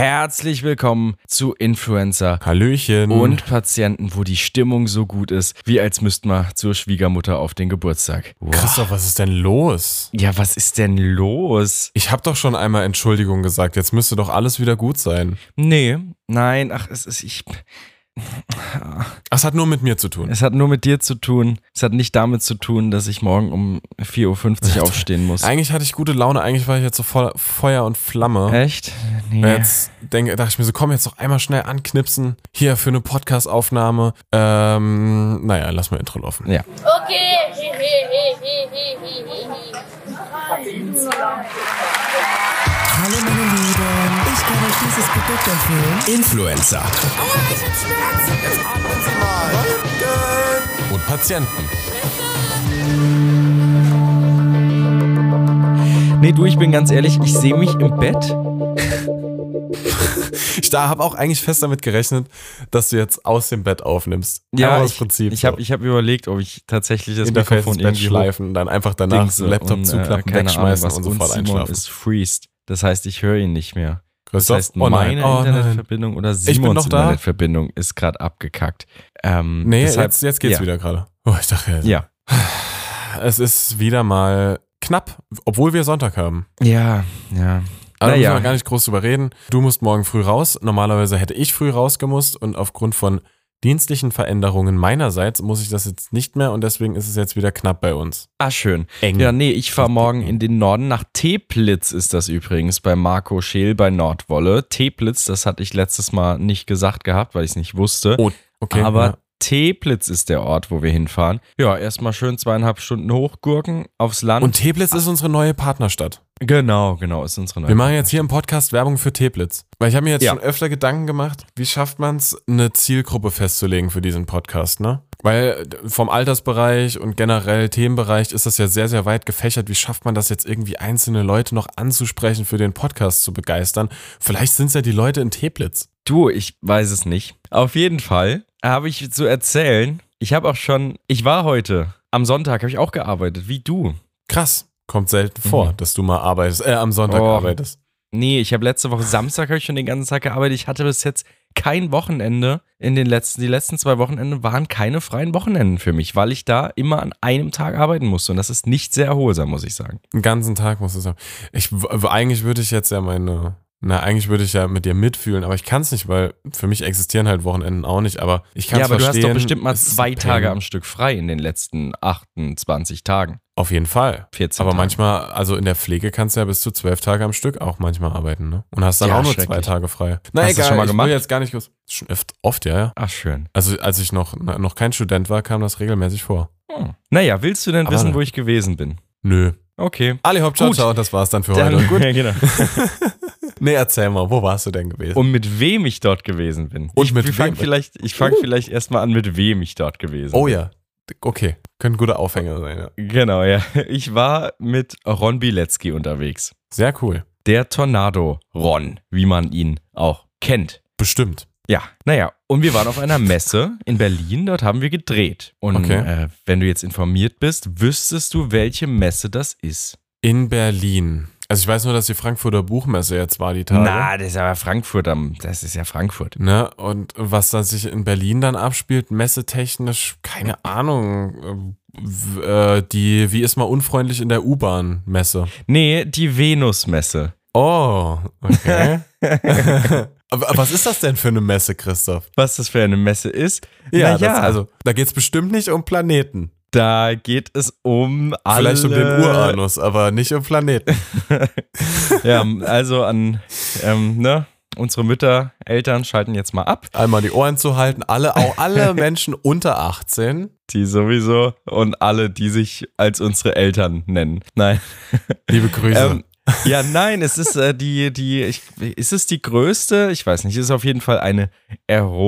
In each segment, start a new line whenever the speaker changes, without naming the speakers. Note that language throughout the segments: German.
Herzlich willkommen zu Influencer
Hallöchen.
und Patienten, wo die Stimmung so gut ist, wie als müssten wir zur Schwiegermutter auf den Geburtstag.
Christoph, was ist denn los?
Ja, was ist denn los?
Ich habe doch schon einmal Entschuldigung gesagt. Jetzt müsste doch alles wieder gut sein.
Nee, nein, ach, es ist ich.
Das hat nur mit mir zu tun.
Es hat nur mit dir zu tun. Es hat nicht damit zu tun, dass ich morgen um 4.50 Uhr aufstehen muss.
Eigentlich hatte ich gute Laune. Eigentlich war ich jetzt so voll Feuer und Flamme.
Echt? Nee.
Jetzt denke, dachte ich mir so, komm, jetzt noch einmal schnell anknipsen. Hier für eine Podcast-Aufnahme. Ähm, naja, lass mal Intro laufen.
Ja.
Okay. He, he, he, he, he, he, he, he.
Hallo meine Lieben, ich kann euch dieses Produkt empfehlen.
Influencer
Und Patienten.
Nee, du, ich bin ganz ehrlich, ich sehe mich im Bett.
Ich da habe auch eigentlich fest damit gerechnet, dass du jetzt aus dem Bett aufnimmst. Einfach aus
ich,
Prinzip.
ich habe ich hab überlegt, ob ich tatsächlich das
in der Kopf
Mikrofon
ins Bett
irgendwie
schleifen und dann einfach danach
Dingse
den Laptop
und,
zuklappen,
äh, keine
wegschmeißen
Ahnung, was
und sofort
Simon
einschlafen.
Ist freezed. Das heißt, ich höre ihn nicht mehr. Das
Christoph?
heißt,
Oh nein.
meine
Oh nein.
Internetverbindung oder
bin
Simons
noch da.
Internetverbindung ist gerade abgekackt. Ähm,
Nee,
deshalb-
jetzt, jetzt geht's
ja.
wieder gerade. Oh, ich dachte,
Ja.
es ist wieder mal knapp, obwohl wir Sonntag haben.
Ja, Ah, ja.
Also
Naja.
müssen wir gar nicht groß drüber reden. Du musst morgen früh raus. Normalerweise hätte ich früh rausgemusst und aufgrund von dienstlichen Veränderungen meinerseits muss ich das jetzt nicht mehr und deswegen ist es jetzt wieder knapp bei uns.
Ah, schön.
Eng.
Ja, nee, ich fahre
Hm. Das-
morgen in den Norden nach Teplitz, ist das übrigens, bei Marco Scheel bei Nordwolle. Teplitz, das hatte ich letztes Mal nicht gesagt gehabt, weil ich es nicht wusste.
Oh, okay.
Aber
ja.
Teplitz ist der Ort, wo wir hinfahren. Ja, erstmal schön zweieinhalb Stunden hochgurken aufs Land.
Und Teplitz ist unsere neue Partnerstadt.
genau, genau, ist unsere neue.
Wir machen jetzt hier im Podcast Werbung für Teplitz. Weil ich habe mir jetzt
Ja.
schon öfter Gedanken gemacht, wie schafft man es, eine Zielgruppe festzulegen für diesen Podcast, ne? Weil äh, vom Altersbereich und generell Themenbereich ist das ja sehr, sehr weit gefächert. Wie schafft man das jetzt irgendwie einzelne Leute noch anzusprechen, für den Podcast zu begeistern? Vielleicht sind es ja die Leute in Teplitz.
Du, ich weiß es nicht. Auf jeden Fall habe ich zu erzählen, ich habe auch schon, ich war heute, am Sonntag habe ich auch gearbeitet, wie du.
Krass. Kommt selten vor, dass du mal arbeitest, äh, am Sonntag
Mhm. Oh.
arbeitest.
Nee, ich habe letzte Woche Samstag habe ich schon den ganzen Tag gearbeitet. Ich hatte bis jetzt kein Wochenende in den letzten, die letzten zwei Wochenende waren keine freien Wochenenden für mich, weil ich da immer an einem Tag arbeiten musste und das ist nicht sehr erholsam, muss ich sagen.
Den ganzen Tag muss es sein. Ich, w- w- eigentlich würde ich jetzt ja meine, na, eigentlich würde ich ja mit dir mitfühlen, aber ich kann es nicht, weil für mich existieren halt Wochenenden auch nicht, aber ich kann
ja,
es
aber
verstehen.
du hast doch bestimmt mal
es ist
zwei
ein
Tage
Pain.
am Stück frei in den letzten 28 Tagen.
Auf jeden Fall.
14
Aber
Tagen.
manchmal, also in der Pflege kannst du ja bis zu zwölf Tage am Stück auch manchmal arbeiten, ne? Und hast dann
Ja,
auch nur zwei
schrecklich.
Tage frei. Na
Hast du
egal,
das schon mal
ich
gemacht?
will jetzt gar nicht groß. Schon öft, oft, ja, ja.
Ach, schön.
Also als ich noch, na, noch kein Student war, kam das regelmäßig vor.
Hm. Naja, willst du denn
Aber
wissen,
ne.
wo ich gewesen bin?
Nö.
Okay.
Ali Hopp, ciao,
Gut.
ciao, das war's dann für
Dann,
heute.
gut. Ja, genau.
Nee, erzähl mal, wo warst du denn gewesen?
Und mit wem ich dort gewesen bin.
Und
ich
mit
ich fang
wem? Uh.
vielleicht, Ich fange vielleicht erstmal an, mit wem ich dort gewesen
oh ja. Okay. Könnte ein guter Aufhänger sein, ja.
Genau, ja. Ich war mit Ron Bilecki unterwegs.
Sehr cool.
Der Tornado Ron, wie man ihn auch kennt.
Bestimmt.
Ja, naja, und wir waren auf einer Messe in Berlin, dort haben wir gedreht. Und
Okay.
äh, wenn du jetzt informiert bist, wüsstest du, welche Messe das ist.
In Berlin. Also ich weiß nur, dass die Frankfurter Buchmesse jetzt war die Tage.
Na, das ist aber Frankfurt am, das ist ja Frankfurt.
Ne? Und was da sich in Berlin dann abspielt, messetechnisch, keine Ahnung. W- Äh, die, wie ist mal unfreundlich in der U-Bahn-Messe?
Nee, die Venus-Messe.
Oh, okay. Aber was ist das denn für eine Messe, Christoph?
Was das für eine Messe ist?
Ja,
Na ja.
Das, also da geht es bestimmt nicht um Planeten.
Da geht es um alle.
Vielleicht um den Uranus, aber nicht um Planeten.
Ja, also an ähm, ne, unsere Mütter, Eltern schalten jetzt mal ab.
Einmal die Ohren zu halten, alle, auch alle Menschen unter 18,
Die sowieso und alle, die sich als unsere Eltern nennen. Nein.
liebe Grüße.
Ähm, ja, nein, es ist äh, die, die, ich, ist es die größte? Ich weiß nicht, es ist auf jeden Fall eine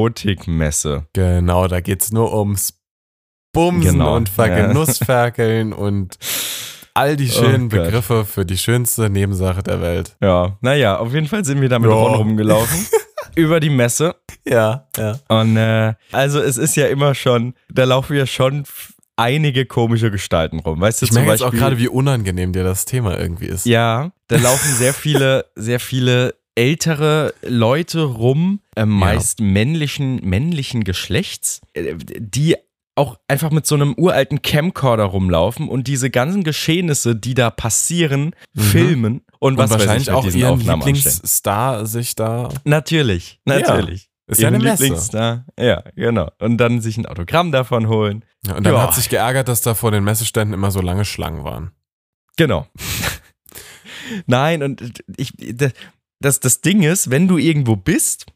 Erotikmesse.
Genau, da geht's nur ums Bumsen
Genau,
und
ja.
Vergenussferkeln und all die
Oh
schönen
Gott.
Begriffe für die schönste Nebensache der Welt.
Ja, naja, auf jeden Fall sind wir da mit
Ja.
Ron rumgelaufen. über die Messe.
Ja, ja.
Und äh, also es ist ja immer schon, da laufen ja schon f- einige komische Gestalten rum. Weißt du,
Ich merke jetzt auch gerade, wie unangenehm dir das Thema irgendwie ist.
Ja, da laufen sehr viele, sehr viele ältere Leute rum, äh, meist männlichen, männlichen Geschlechts, äh, die auch einfach mit so einem uralten Camcorder rumlaufen und diese ganzen Geschehnisse, die da passieren, filmen und, was
Mhm.
weiß ich
und wahrscheinlich
mit
auch
diesen
ihren
Aufnahmen anstellen.
Lieblingsstar sich da.
Natürlich,
Ja.
natürlich.
Ist ja
Ihren
eine Messe.
Lieblingsstar. Ja, genau. Und dann sich ein Autogramm davon holen.
Ja, und dann
Ja.
hat sich geärgert, dass da vor den Messeständen immer so lange Schlangen waren.
Genau. Nein, und ich, das, das Ding ist, wenn du irgendwo bist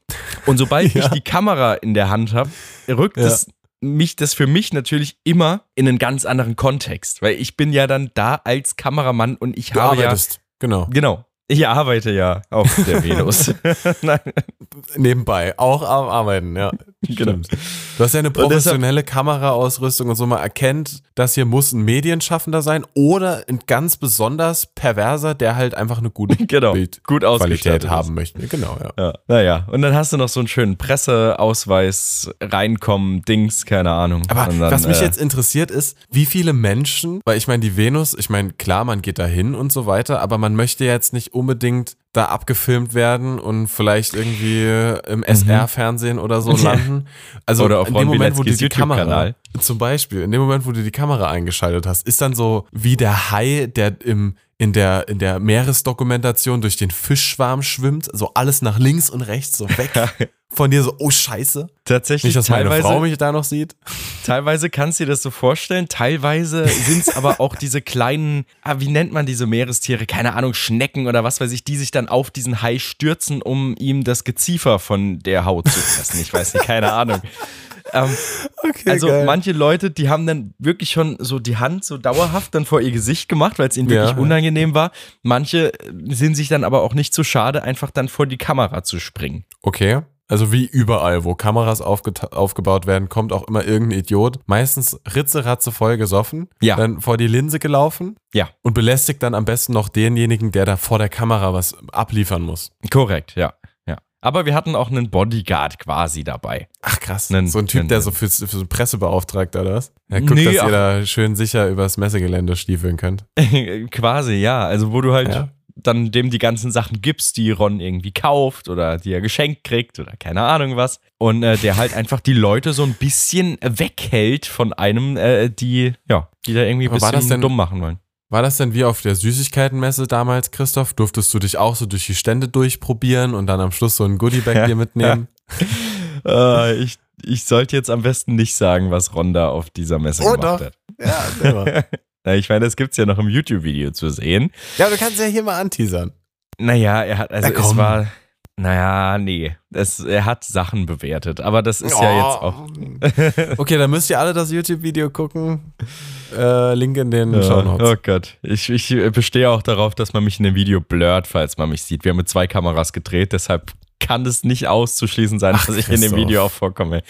und sobald ich
Ja.
die Kamera in der Hand habe, rückt
Ja.
es mich das für mich natürlich immer in einen ganz anderen Kontext, weil ich bin ja dann da als Kameramann und ich
Du
habe ja
arbeitest, genau.
genau, ich arbeite ja auf der Venus. Nein,
Nebenbei, auch am Arbeiten, ja.
genau.
Stimmt. Du hast ja eine
deshalb-
professionelle Kameraausrüstung und so man erkennt, dass hier muss ein Medienschaffender sein oder ein ganz besonders perverser, der halt einfach eine gute
Genau, gut ausgestattet
Bildqualität
ist.
haben möchte. Genau, ja.
Ja, naja, und dann hast du noch so einen schönen Presseausweis reinkommen, Dings, keine Ahnung.
Aber
und dann,
was mich
äh,
jetzt interessiert ist, wie viele Menschen, weil ich meine, die Venus, ich meine, klar, man geht da hin und so weiter, aber man möchte ja jetzt nicht unbedingt da abgefilmt werden und vielleicht irgendwie im SR-Fernsehen oder so
Mhm. Ja.
landen. Also
Oder auf
in
Ron
dem Moment, wo du
Bieleckis
die Kamera,
YouTube-Kanal.
zum Beispiel, in dem Moment, wo du die Kamera eingeschaltet hast, ist dann so wie der Hai, der im in der, in der Meeresdokumentation durch den Fischschwarm schwimmt, so alles nach links und rechts, so weg von dir, so, oh Scheiße.
tatsächlich
Nicht, dass meine
teilweise
Frau mich da noch sieht.
Teilweise kannst du dir das so vorstellen, teilweise sind es aber auch diese kleinen, ah, wie nennt man diese Meerestiere, keine Ahnung, Schnecken oder was weiß ich, die sich dann auf diesen Hai stürzen, um ihm das Geziefer von der Haut zu fressen. Ich weiß nicht, keine Ahnung. Ähm, also
geil.
manche Leute, die haben dann wirklich schon so die Hand so dauerhaft dann vor ihr Gesicht gemacht, weil es ihnen wirklich
Ja.
unangenehm war. Manche sind sich dann aber auch nicht zu schade, einfach dann vor die Kamera zu springen.
Okay. Also wie überall, wo Kameras aufgeta- aufgebaut werden, kommt auch immer irgendein Idiot. Meistens ritzeratze voll gesoffen,
Ja.
dann vor die Linse gelaufen
Ja,
und belästigt dann am besten noch denjenigen, der da vor der Kamera was abliefern muss.
korrekt, ja. ja. Aber wir hatten auch einen Bodyguard quasi dabei.
Ach krass.
Nen-
so ein Typ,
nen-
der so für, für so einen Pressebeauftragter oder was? Ja, guckt,
Nee,
dass
ach.
ihr da schön sicher übers Messegelände stiefeln könnt.
Quasi, ja. Also, wo du halt
Ja.
dann dem die ganzen Sachen gibst, die Ron irgendwie kauft oder die er geschenkt kriegt oder keine Ahnung was. Und äh, der halt einfach die Leute so ein bisschen weghält von einem, äh, die, ja, die da irgendwie ein
Aber war
bisschen
das denn-
dumm machen wollen.
War das denn wie auf der Süßigkeitenmesse damals, Christoph? Durftest du dich auch so durch die Stände durchprobieren und dann am Schluss so ein Goodiebag dir mitnehmen?
Äh, ich, ich sollte jetzt am besten nicht sagen, was Ron da auf dieser Messe
Oh,
gemacht
doch.
hat.
Ja, ja,
Na, Ich meine, das gibt's ja noch im YouTube-Video zu sehen.
ja, du kannst ja hier mal anteasern.
Naja, er hat, also
Na
es
komm.
war, naja, nee. Es, er hat Sachen bewertet, aber das ist ja jetzt auch.
okay, dann müsst ihr alle das YouTube-Video gucken. Äh, Link in den Show
Ja,
Notes.
oh Gott, ich, ich äh, bestehe auch darauf, dass man mich in dem Video blurrt, falls man mich sieht. Wir haben mit zwei Kameras gedreht, deshalb kann es nicht auszuschließen sein,
Ach,
dass ich in dem
Christoph.
Video auch vorkomme.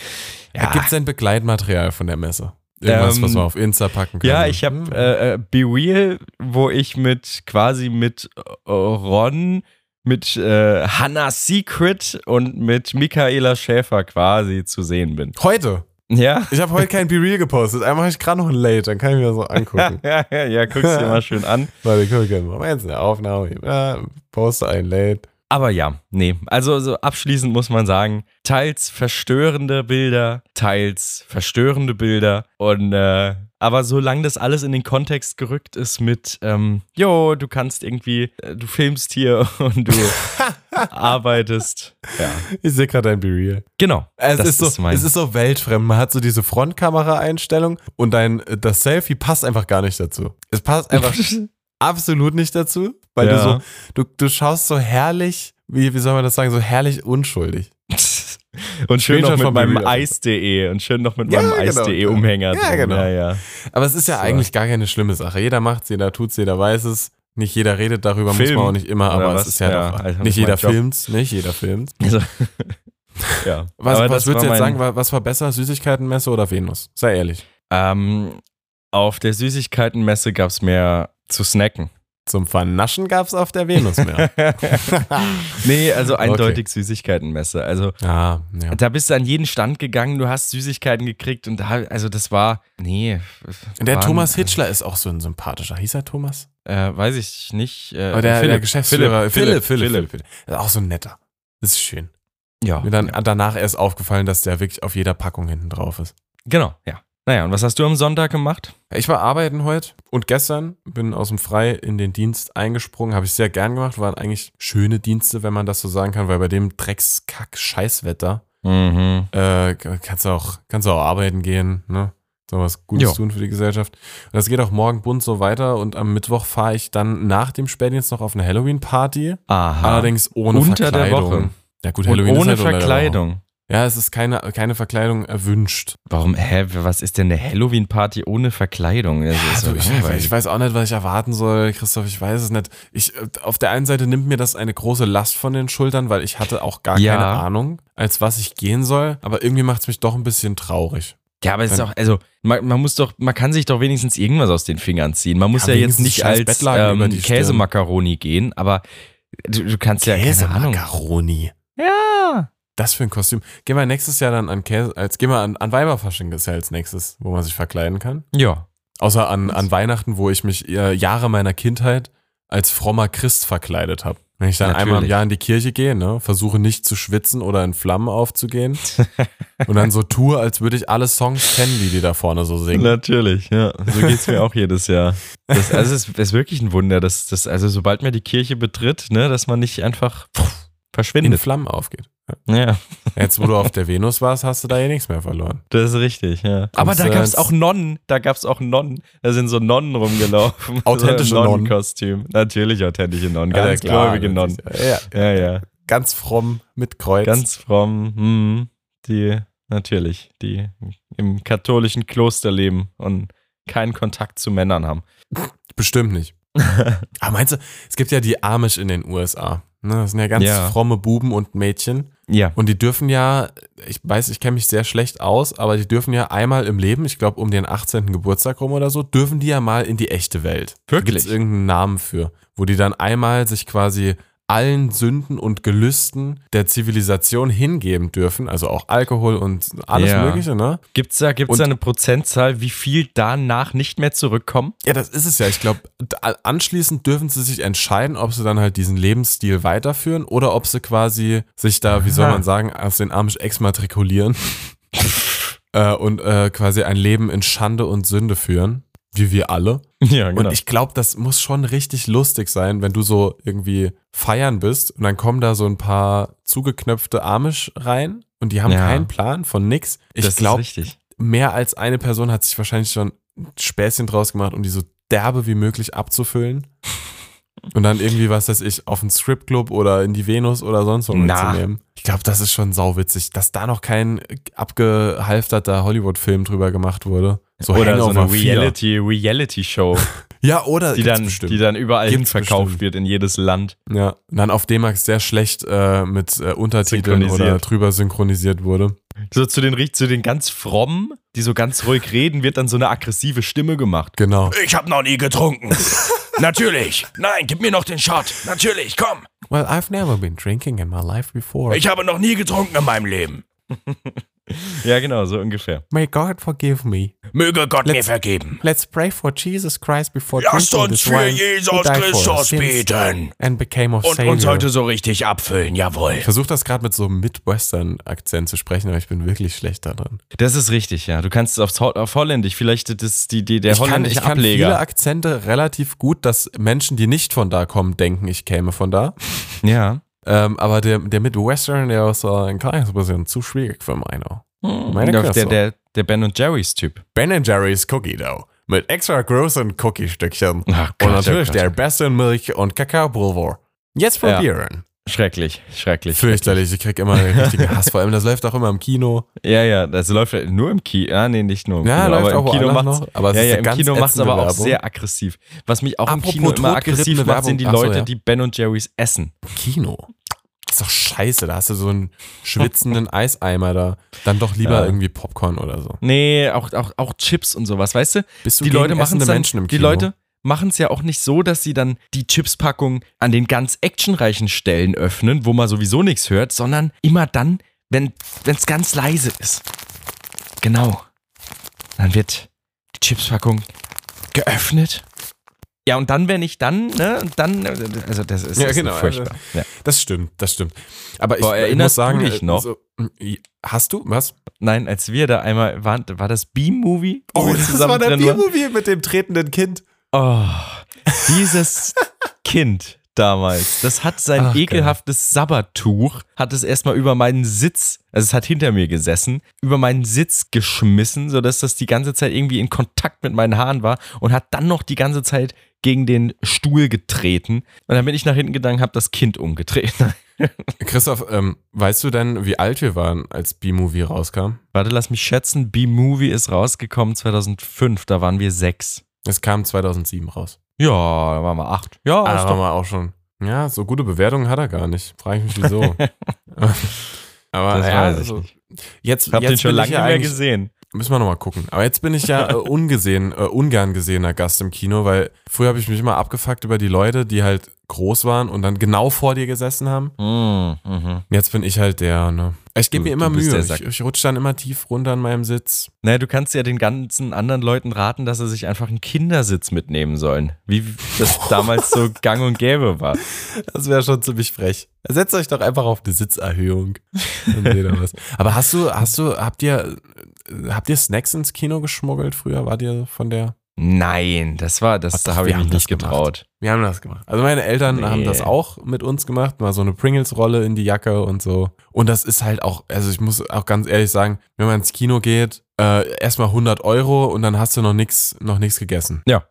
Ja,
Gibt es denn Begleitmaterial von der Messe? Irgendwas,
Ähm,
was man auf Insta packen kann?
ja ich habe äh, äh, Be Real, wo ich mit quasi mit äh, Ron, mit äh, Hannah Secret und mit Michaela Schäfer quasi zu sehen bin.
Heute.
Ja?
Ich habe heute kein Be-Real gepostet. Einmal habe ich gerade noch ein Late, dann kann ich mir das so angucken.
Ja, ja, ja, guck's dir mal schön an.
Warte, gucken. Moment, eine Aufnahme. Ja, poste ein Late.
Aber ja, nee. Also so abschließend muss man sagen, teils verstörende Bilder, teils verstörende Bilder. Und äh, aber solange das alles in den Kontext gerückt ist mit, ähm, jo, du kannst irgendwie, äh, du filmst hier und du arbeitest. Ja.
Ich sehe gerade ein Be-Real.
Genau.
Es
das
ist, so,
mein-
es ist so weltfremd. Man hat so diese Frontkamera-Einstellung und dein, äh, das Selfie passt einfach gar nicht dazu. Es passt einfach absolut nicht dazu, weil
Ja.
du so, du, du schaust so herrlich, wie, wie soll man das sagen, so herrlich unschuldig.
und schön noch
Screenshot
mit
von
meinem
Be Real.
Eis.de und schön noch mit
also. Ja,
meinem
genau.
Eis.de-Umhänger.
Ja,
drin.
genau.
Ja, ja.
Aber es ist ja
So.
eigentlich gar keine schlimme Sache. Jeder macht's, jeder tut's, jeder weiß es. Nicht jeder redet darüber, muss
Film.
man auch nicht immer,
Oder
aber
was?
es ist ja,
Ja,
doch,
also
nicht
mein
jeder
Job.
filmt's, nicht jeder filmt's.
Also, ja.
Was,
Aber
was
das
würdest du
war
jetzt
mein-
sagen, wa- was war besser, Süßigkeitenmesse oder Venus? Sei ehrlich,
Ähm, auf der Süßigkeitenmesse gab es mehr zu snacken.
zum Vernaschen gab's auf der Venus mehr.
nee, also eindeutig Süßigkeitenmesse. Also
ah, ja.
da bist du an jeden Stand gegangen, du hast Süßigkeiten gekriegt und da, also das war, nee.
Der
waren-
Thomas Hitschler ist auch so ein sympathischer. Hieß er Thomas?
Äh, weiß ich nicht. Äh,
Aber der,
Philipp,
der Geschäftsführer
Philipp, Philipp, Philipp.
Philipp, Philipp. Ist auch so ein netter. Das ist schön.
Ja.
Mir dann danach erst aufgefallen, dass der wirklich auf jeder Packung hinten drauf ist.
Genau, ja. Naja, und was hast du am Sonntag gemacht?
Ich war arbeiten heute und gestern bin aus dem Frei in den Dienst eingesprungen. Habe ich sehr gern gemacht. Waren eigentlich schöne Dienste, wenn man das so sagen kann, weil bei dem Dreckskack-Scheißwetter
Mhm.
äh, kannst du auch, kannst du auch arbeiten gehen, ne? So was Gutes
Jo.
tun für die Gesellschaft. Und das geht auch morgen bunt so weiter und am Mittwoch fahre ich dann nach dem Spätdienst noch auf eine Halloween-Party.
Aha.
Allerdings ohne
Unter der
Verkleidung.
Woche.
Ja gut,
und
Halloween ist
ohne
halt unter der Woche.
Verkleidung.
Ja, es ist keine, keine Verkleidung erwünscht.
Warum, hä, was ist denn eine Halloween-Party ohne Verkleidung? Das ist
Also
so
ich,
langweilig.
ich weiß auch nicht, was ich erwarten soll, Christoph, ich weiß es nicht. Ich, äh, auf der einen Seite nimmt mir das eine große Last von den Schultern, weil ich hatte auch gar
Ja.
keine Ahnung, als was ich gehen soll. Aber irgendwie macht es mich doch ein bisschen traurig.
Ja, aber es ist
Dann-
auch, also man, man muss doch, man kann sich doch wenigstens irgendwas aus den Fingern ziehen. Man muss
Ja,
ja, jetzt
wenigstens
nicht
scheiß
als
Bettlaken über
ähm,
die Stirn.
Käsemakaroni gehen, aber du, du kannst ja keine Ahnung.
Käsemakaroni.
Ja.
Das für ein Kostüm. Gehen wir nächstes Jahr dann an Käse, als gehen wir an, an Weiberfasching ist ja als nächstes, wo man sich verkleiden kann.
Ja.
Außer an, an Weihnachten, wo ich mich äh, Jahre meiner Kindheit als frommer Christ verkleidet habe. Wenn ich dann
Natürlich.
einmal im Jahr in die Kirche gehe, ne, versuche nicht zu schwitzen oder in Flammen aufzugehen und dann so tue, als würde ich alle Songs kennen, die die da vorne so singen.
Natürlich, ja. So geht's mir auch jedes Jahr. Das, also es ist, ist wirklich ein Wunder, dass das, also sobald man die Kirche betritt, ne, dass man nicht einfach pff,
In
verschwindet.
Flammen aufgeht.
Ja,
Jetzt, wo du auf der Venus warst, hast du da ja nichts mehr verloren.
das ist richtig, ja. Aber da
Kommst du
gab's
jetzt-
auch Nonnen, da gab's auch Nonnen. Da sind so Nonnen rumgelaufen.
Authentische
so ein
Nonnen.
Nonnenkostüm. Natürlich authentische Nonnen,
Ja,
ganz
klar,
gläubige Nonnen.
natürlich. Ja, ja.
Ja, ja.
Ganz fromm mit Kreuz.
Ganz fromm. Hm, die, natürlich, die im katholischen Kloster leben und keinen Kontakt zu Männern haben.
Bestimmt nicht. Aber Ah, meinst du, es gibt ja die Amish in den USA. Ne? Das sind ja ganz
Ja.
fromme Buben und Mädchen.
Ja.
Und die dürfen ja, ich weiß, ich kenne mich sehr schlecht aus, aber die dürfen ja einmal im Leben, ich glaube um den 18. Geburtstag rum oder so, dürfen die ja mal in die echte Welt.
Wirklich?
Da gibt's irgendeinen Namen für. Wo die dann einmal sich quasi allen Sünden und Gelüsten der Zivilisation hingeben dürfen. Also auch Alkohol und alles
Ja.
Mögliche, ne?
Gibt's da, gibt's
Und-
da eine Prozentzahl, wie viel danach nicht mehr zurückkommen?
Ja, das ist es ja. Ich glaube, anschließend dürfen sie sich entscheiden, ob sie dann halt diesen Lebensstil weiterführen oder ob sie quasi sich da, wie soll
Aha.
man sagen, aus den Amish exmatrikulieren äh, und äh, quasi ein Leben in Schande und Sünde führen, wie wir alle.
Ja, genau.
Und ich glaube, das muss schon richtig lustig sein, wenn du so irgendwie feiern bist und dann kommen da so ein paar zugeknöpfte Amish rein und die haben
Ja.
keinen Plan von nix. Ich
das
glaube,
ist richtig.
mehr als eine Person hat sich wahrscheinlich schon ein Späßchen draus gemacht, um die so derbe wie möglich abzufüllen. Und dann irgendwie, was weiß ich, auf einen Stripclub oder in die Venus oder sonst wo
Na.
mitzunehmen. Ich glaube, das ist schon sauwitzig, dass da noch kein abgehalfterter Hollywood-Film drüber gemacht wurde. So
Oder so
Hangover
eine
4.
Reality, Reality-Show,
Ja, oder
die,
gibt's
dann,
bestimmt.
die dann überall hin
Gibt's
verkauft
bestimmt.
wird in jedes Land.
Ja, und dann auf D-Max sehr schlecht äh, mit äh, Untertiteln oder
Synchronisiert.
drüber synchronisiert wurde.
So zu den, richt- zu den ganz frommen, die so ganz ruhig reden, wird dann so eine aggressive Stimme gemacht.
Genau.
Ich habe noch nie getrunken. Natürlich. Nein, gib mir noch den Shot. Natürlich, komm.
Well, I've never been drinking in my life before.
habe noch nie getrunken in meinem Leben. ja, genau, so ungefähr.
May God forgive me.
Möge Gott
Let's-
vergeben.
Let's pray for Jesus Christ before
Lasst
drinking
uns
this
für
wine who
Jesus
died for our
Christus
sins
beten.
And became of Savior.
so richtig abfüllen, jawohl.
ich versuche das gerade mit so einem Midwestern-Akzent zu sprechen, aber ich bin wirklich schlecht da drin.
Das ist richtig, ja. Du kannst es aufs Ho auf Holländisch, vielleicht das, die, die, der holländische
ich kann viele
Ableger.
Akzente relativ gut, dass Menschen, die nicht von da kommen, denken, ich käme von da.
Ja.
Ähm, aber der, der Midwestern, der ist äh, ein kleines bisschen zu schwierig für meine. Meine
Hm. der, der,
Klasse.
der, der Ben und Jerry's Typ.
Ben Jerry's Cookie Dough mit extra großen Cookie-Stückchen.
Ach Gott,
und natürlich
oh Gott.
der besten Milch und Kakaopulver. Jetzt
Ja.
probieren.
Schrecklich, schrecklich.
Fürchterlich, ich krieg immer einen richtigen Hass. Vor allem, das läuft auch immer im Kino.
Ja, ja, das läuft nur im Kino. Ah, nee, nicht nur im
Ja,
Kino.
läuft
aber
auch
im Kino
woanders
macht's,
noch, aber es
ja,
ist
ja,
eine
im
ganz
Kino macht's
ätzende
aber auch
Werbung.
sehr aggressiv. Was mich auch
Apropos
im Kino immer aggressiv
totgerittene
macht, sind die
Werbung. Ach so,
Leute,
ja.
die Ben und Jerry's essen.
Kino? Ist doch scheiße, da hast du so einen schwitzenden Eiseimer da. Dann doch lieber
Ja.
irgendwie Popcorn oder so.
Nee, auch, auch, auch Chips und sowas, weißt du?
Bist du
die
gegen
Leute machen
essende
es dann,
Menschen im
Die
Kino?
Leute machen es ja auch nicht so, dass sie dann die Chipspackung an den ganz actionreichen Stellen öffnen, wo man sowieso nichts hört, sondern immer dann, wenn es ganz leise ist. Genau. Dann wird die Chipspackung geöffnet Ja, und dann, wenn ich dann, ne, und dann, also das ist,
Ja,
das
genau,
ist furchtbar.
also-
ja.
Das stimmt, das stimmt. Aber ich,
Boah,
ich
erinnerst
muss sagen,
du dich
äh,
noch?
so- hast du was?
Nein, als wir da einmal waren, war das Beam-Movie?
Oh,
wo wir zusammen drin waren?
B-Movie mit dem tretenden Kind.
Oh, dieses Kind damals, das hat sein
Ach, geil.
ekelhaftes Sabbertuch, hat es erstmal über meinen Sitz, also es hat hinter mir gesessen, über meinen Sitz geschmissen, sodass das die ganze Zeit irgendwie in Kontakt mit meinen Haaren war und hat dann noch die ganze Zeit gegen den Stuhl getreten. Und dann bin ich nach hinten gegangen, habe das Kind umgedreht.
Christoph, ähm, weißt du denn, wie alt wir waren, als B-Movie rauskam?
Warte, lass mich schätzen, B-Movie ist rausgekommen 2005, da waren wir sechs.
Es kam 2007 raus. Ah,
Ja, da waren wir acht. Ja, ist
Aber
doch
mal auch schon. Ja, so gute Bewertungen hat er gar nicht. Frage ich mich wieso. Aber
Das
ja,
weiß ich
also,
nicht.
jetzt,
Ich habe
jetzt
den schon
bin
lange
ich ja
nicht mehr
eigentlich-
gesehen.
Müssen wir nochmal gucken. Aber jetzt bin ich ja äh, ungesehen, äh, ungern gesehener Gast im Kino, weil früher habe ich mich immer abgefuckt über die Leute, die halt groß waren und dann genau vor dir gesessen haben.
Mhm, mhm.
Jetzt bin ich halt der, ne? Ich gebe
Du-
mir immer
du bist
Mühe.
der
Ich,
Sack.
ich rutsche dann immer tief runter an meinem Sitz.
Naja, du kannst ja den ganzen anderen Leuten raten, dass sie sich einfach einen Kindersitz mitnehmen sollen. Wie das damals so gang und gäbe war.
Das wäre schon ziemlich frech. Setzt euch doch einfach auf eine Sitzerhöhung. Dann seht ihr was. Aber hast du, hast du, habt ihr, äh, habt ihr Snacks ins Kino geschmuggelt früher? Wart ihr von der?
Nein, das war,
Ach
das,
doch,
da habe
wir
ich mich
haben das
nicht getraut.
Wir haben das gemacht. Also meine Eltern
Nee.
haben das auch mit uns gemacht, mal so eine Pringles-Rolle in die Jacke und so. Und das ist halt auch, also ich muss auch ganz ehrlich sagen, wenn man ins Kino geht, äh, erstmal 100 Euro und dann hast du noch nichts, noch nichts gegessen.
Ja.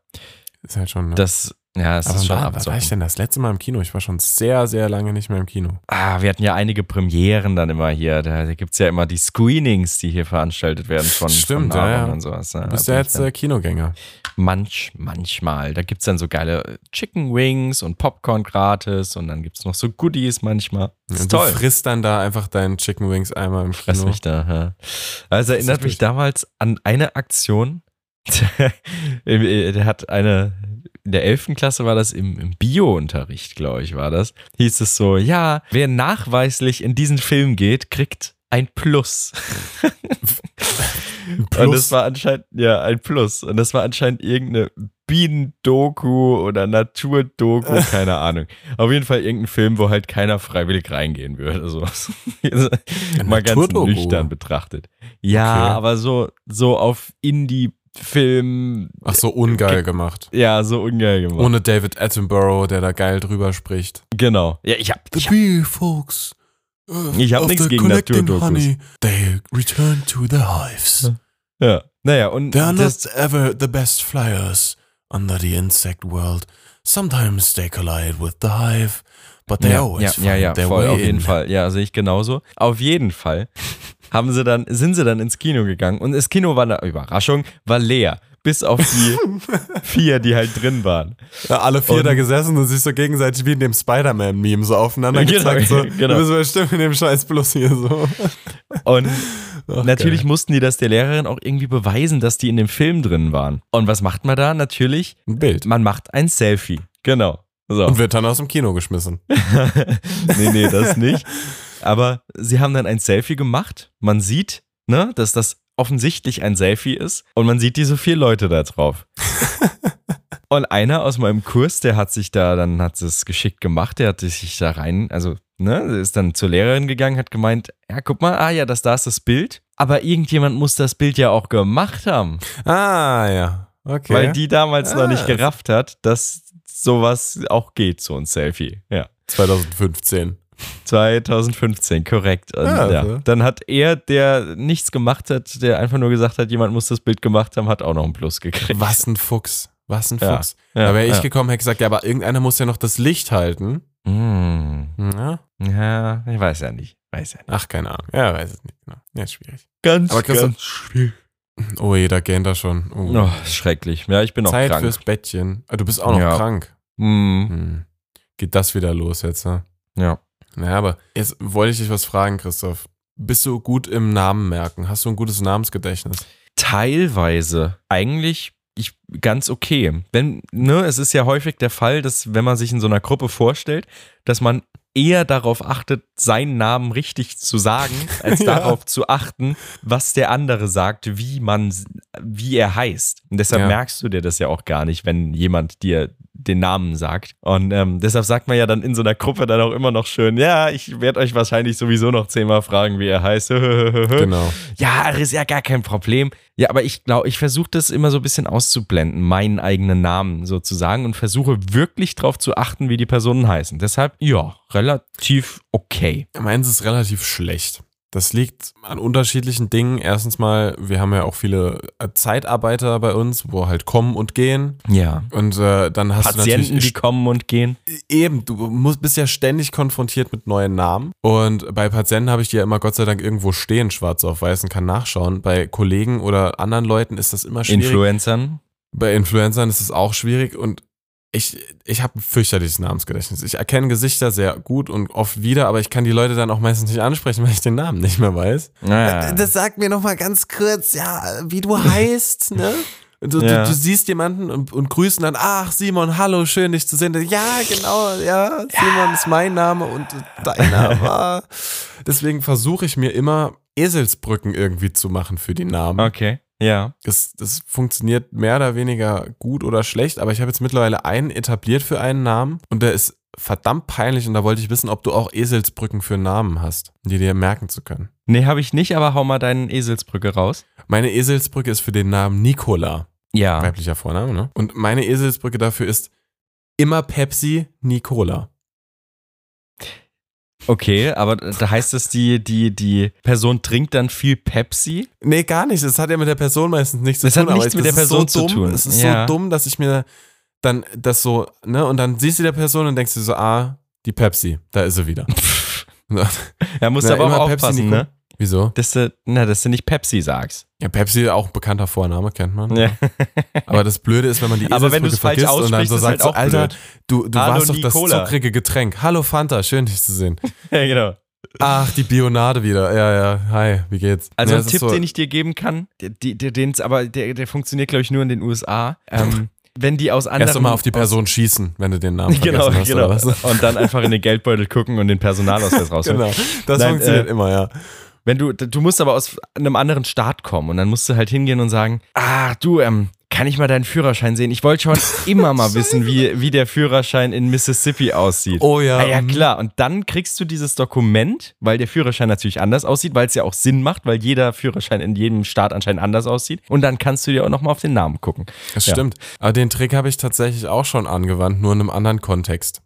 Ist halt schon. Ne?
Das, ja, es
Aber
ist schon
wann, wann war ich
abzocken.
denn das letzte Mal im Kino? Ich war schon sehr, sehr lange nicht mehr im Kino.
Ah, wir hatten ja einige Premieren dann immer hier. Da gibt es ja immer die Screenings, die hier veranstaltet werden von,
Stimmt,
von
ja,
Aaron
ja.
und sowas. Ja,
Du bist
da bin
ja
Ah, ich
jetzt
dann-
äh, Kinogänger.
Manch, manchmal. Da gibt es dann so geile Chicken Wings und Popcorn gratis und dann gibt es noch so Goodies manchmal. Das
Und du frisst dann da einfach deinen Chicken Wings einmal im
Fress
Kino.
mich da. Ja. Also erinnert mich
richtig.
damals an eine Aktion. äh, der hat eine, in der 11. Klasse war das im, im Bio-Unterricht, glaube ich, war das. Hieß es so, ja, wer nachweislich in diesen Film geht, kriegt ein Plus. Und das war anscheinend, ja, ein Plus. Und das war anscheinend irgendeine Bienendoku oder Naturdoku, keine Ahnung. Auf jeden Fall irgendein Film, wo halt keiner freiwillig reingehen würde. So. Mal ganz
Naturdoku.
nüchtern betrachtet. Ja,
Okay.
aber so, so auf Indie-Film,
Ach so, ungeil gemacht.
ja, so ungeil gemacht.
Ohne David Attenborough, der da geil drüber spricht.
genau. Ja, ich hab, ich hab
bee folks. uh,
Ich hab
of
nix
the
gegen
collecting
Naturdokus.
they return to their hives.
ja. Naja, und
They are
das,
not ever the best flyers under the insect world. Sometimes they collide with the hive, but they
ja, ja,
always
ja,
find
ja,
their
voll,
way
auf jeden
in.
Fall. Ja, sehe ich genauso. Auf jeden Fall haben sie dann, sind sie dann ins Kino gegangen und das Kino war eine Überraschung, war leer. Bis auf die vier, die halt drin waren.
Ja, alle vier
Und-
da gesessen und sich so gegenseitig wie in dem Spider-Man-Meme so aufeinander
Genau,
gezeigt. So,
genau.
Du bist bestimmt in dem scheiß Plus hier so.
Und
Ach,
natürlich
geil.
mussten die das der Lehrerin auch irgendwie beweisen, dass die in dem Film drin waren. Und was macht man da? Natürlich,
Ein Bild.
man macht ein Selfie. Genau. So.
Und wird dann aus dem Kino geschmissen.
nee, nee, das nicht. Aber sie haben dann ein Selfie gemacht. Man sieht, ne, dass das offensichtlich ein Selfie ist und man sieht diese vier Leute da drauf. und einer aus meinem Kurs, der hat sich da, dann hat es geschickt gemacht, der hat sich da rein, also, ne, ist dann zur Lehrerin gegangen, hat gemeint, ja, guck mal, ah ja, das da ist das Bild. Aber irgendjemand muss das Bild ja auch gemacht haben,
Ah, ja. Okay.
weil die damals noch nicht
Ah.
gerafft hat, dass sowas auch geht, so ein Selfie. Ja.
2015.
2015, korrekt. Und,
Ja,
ja,
also.
Dann hat er, der nichts gemacht hat, der einfach nur gesagt hat, jemand muss das Bild gemacht haben, hat auch noch einen Plus gekriegt.
Was ein Fuchs. Was ein
Ja.
Fuchs.
Ja,
da wäre ich
ja.
gekommen, hätte gesagt, ja, aber irgendeiner muss ja noch das Licht halten.
Hm,
Ja.
ja, ich weiß ja nicht. Weiß ja nicht.
Ach, keine Ahnung. Ja, weiß es nicht. genau. Ja, ist schwierig.
Ganz,
Aber Christoph- Oh je, da gähnt er schon. Oh.
Oh, schrecklich. Ja, ich bin auch
Zeit
krank.
fürs Bettchen. Ah, Du bist auch noch
Ja.
krank.
Hm,
Hm. Geht das wieder los jetzt, ne?
ja.
Naja, aber jetzt wollte ich dich was fragen, Christoph. Bist du gut im Namen merken? Hast du ein gutes Namensgedächtnis?
Teilweise eigentlich ich, ganz okay. Denn ne, es ist ja häufig der Fall, dass wenn man sich in so einer Gruppe vorstellt, dass man eher darauf achtet, seinen Namen richtig zu sagen, als
Ja.
darauf zu achten, was der andere sagt, wie man, wie er heißt. Und deshalb
Ja.
merkst du dir das ja auch gar nicht, wenn jemand dir den Namen sagt. Und ähm, deshalb sagt man ja dann in so einer Gruppe dann auch immer noch schön, ja, ich werde euch wahrscheinlich sowieso noch zehnmal fragen, wie er heißt. Äh,
Genau.
Ja, das ist ja gar kein Problem. Ja, aber ich glaube, ich versuche das immer so ein bisschen auszublenden, meinen eigenen Namen sozusagen und versuche wirklich drauf zu achten, wie die Personen heißen. Deshalb, ja, relativ okay.
Meins ist relativ schlecht. Das liegt an unterschiedlichen Dingen. Erstens mal, wir haben ja auch viele äh, Zeitarbeiter bei uns, wo halt kommen und gehen.
Ja.
Und äh, dann hast du
Patienten, die
natürlich
kommen und gehen.
eben, du musst, bist ja ständig konfrontiert mit neuen Namen. Und bei Patienten habe ich die ja immer Gott sei Dank irgendwo stehen, schwarz auf weiß und kann nachschauen. Bei Kollegen oder anderen Leuten ist das immer schwierig.
Influencern.
bei Influencern ist es auch schwierig und ich, ich habe ein fürchterliches Namensgedächtnis. Ich erkenne Gesichter sehr gut und oft wieder, aber ich kann die Leute dann auch meistens nicht ansprechen, weil ich den Namen nicht mehr weiß.
Naja.
Äh, Das sagt mir nochmal ganz kurz, ja, wie du heißt, ne? Und Du,
Ja.
du, du siehst jemanden und, und grüßen dann, ach Simon, hallo, schön dich zu sehen. Ja, genau, ja, Simon ist mein Name und dein Name. Ah. Deswegen versuche ich mir immer Eselsbrücken irgendwie zu machen für die Namen.
Okay. Ja.
Das, das funktioniert mehr oder weniger gut oder schlecht, aber ich habe jetzt mittlerweile einen etabliert für einen Namen und der ist verdammt peinlich und da wollte ich wissen, ob du auch Eselsbrücken für Namen hast, die dir merken zu können.
Nee, habe ich nicht, aber hau mal deinen Eselsbrücke raus.
Meine Eselsbrücke ist für den Namen Nicola,
Ja.
weiblicher Vorname, ne? Und meine Eselsbrücke dafür ist immer Pepsi Nicola.
Okay, aber da heißt es, die, die, die Person trinkt dann viel Pepsi.
Nee, gar nicht. Das hat ja mit der Person meistens nichts zu
Das
tun.
hat nichts
aber
mit
das
der
ist
Person zu
so dumm.
tun.
Es ist
Ja.
so dumm, dass ich mir dann das so, ne, und dann siehst du die Person und denkst dir so, ah, die Pepsi, da ist sie wieder.
Ja, musst
Na,
aber
immer
auch
Pepsi,
aufpassen,
Nico.
ne?
Wieso?
Dass du, na, dass du nicht Pepsi sagst.
Ja, Pepsi auch bekannter Vorname, kennt man.
Ja.
Aber das Blöde ist, wenn man die
Aber wenn
Eselsbrücke
du's falsch
vergisst und dann
aussprichst,
so
ist
sagt,
halt
so,
auch
Alter,
blöd.
du, du
Hallo,
warst doch das
Nicola.
zuckrige Getränk. Hallo Fanta, schön dich zu sehen.
ja, genau.
Ach, die Bionade wieder. Ja, ja, hi, wie geht's?
Also
Ja,
ein
das ist
Tipp,
so,
den ich dir geben kann, der, der, den's, aber der, der funktioniert, glaube ich, nur in den USA. Ähm, wenn die aus anderen.
Erst einmal auf die Person schießen, wenn du den Namen vergessen
Genau,
hast
genau.
oder was.
Und dann einfach in den Geldbeutel gucken und den Personalausweis rausholen.
Genau, das
Nein,
funktioniert
äh,
immer, ja.
Wenn du, du musst aber aus einem anderen Staat kommen und dann musst du halt hingehen und sagen, ah, du, ähm, kann ich mal deinen Führerschein sehen? Ich wollte schon immer mal wissen, wie, wie der Führerschein in Mississippi aussieht.
Oh ja,
Ah, ja,
mhm.
klar. Und dann kriegst du dieses Dokument, weil der Führerschein natürlich anders aussieht, weil es ja auch Sinn macht, weil jeder Führerschein in jedem Staat anscheinend anders aussieht. Und dann kannst du dir auch nochmal auf den Namen gucken.
Das
Ja.
stimmt. Aber den Trick habe ich tatsächlich auch schon angewandt, nur in einem anderen Kontext.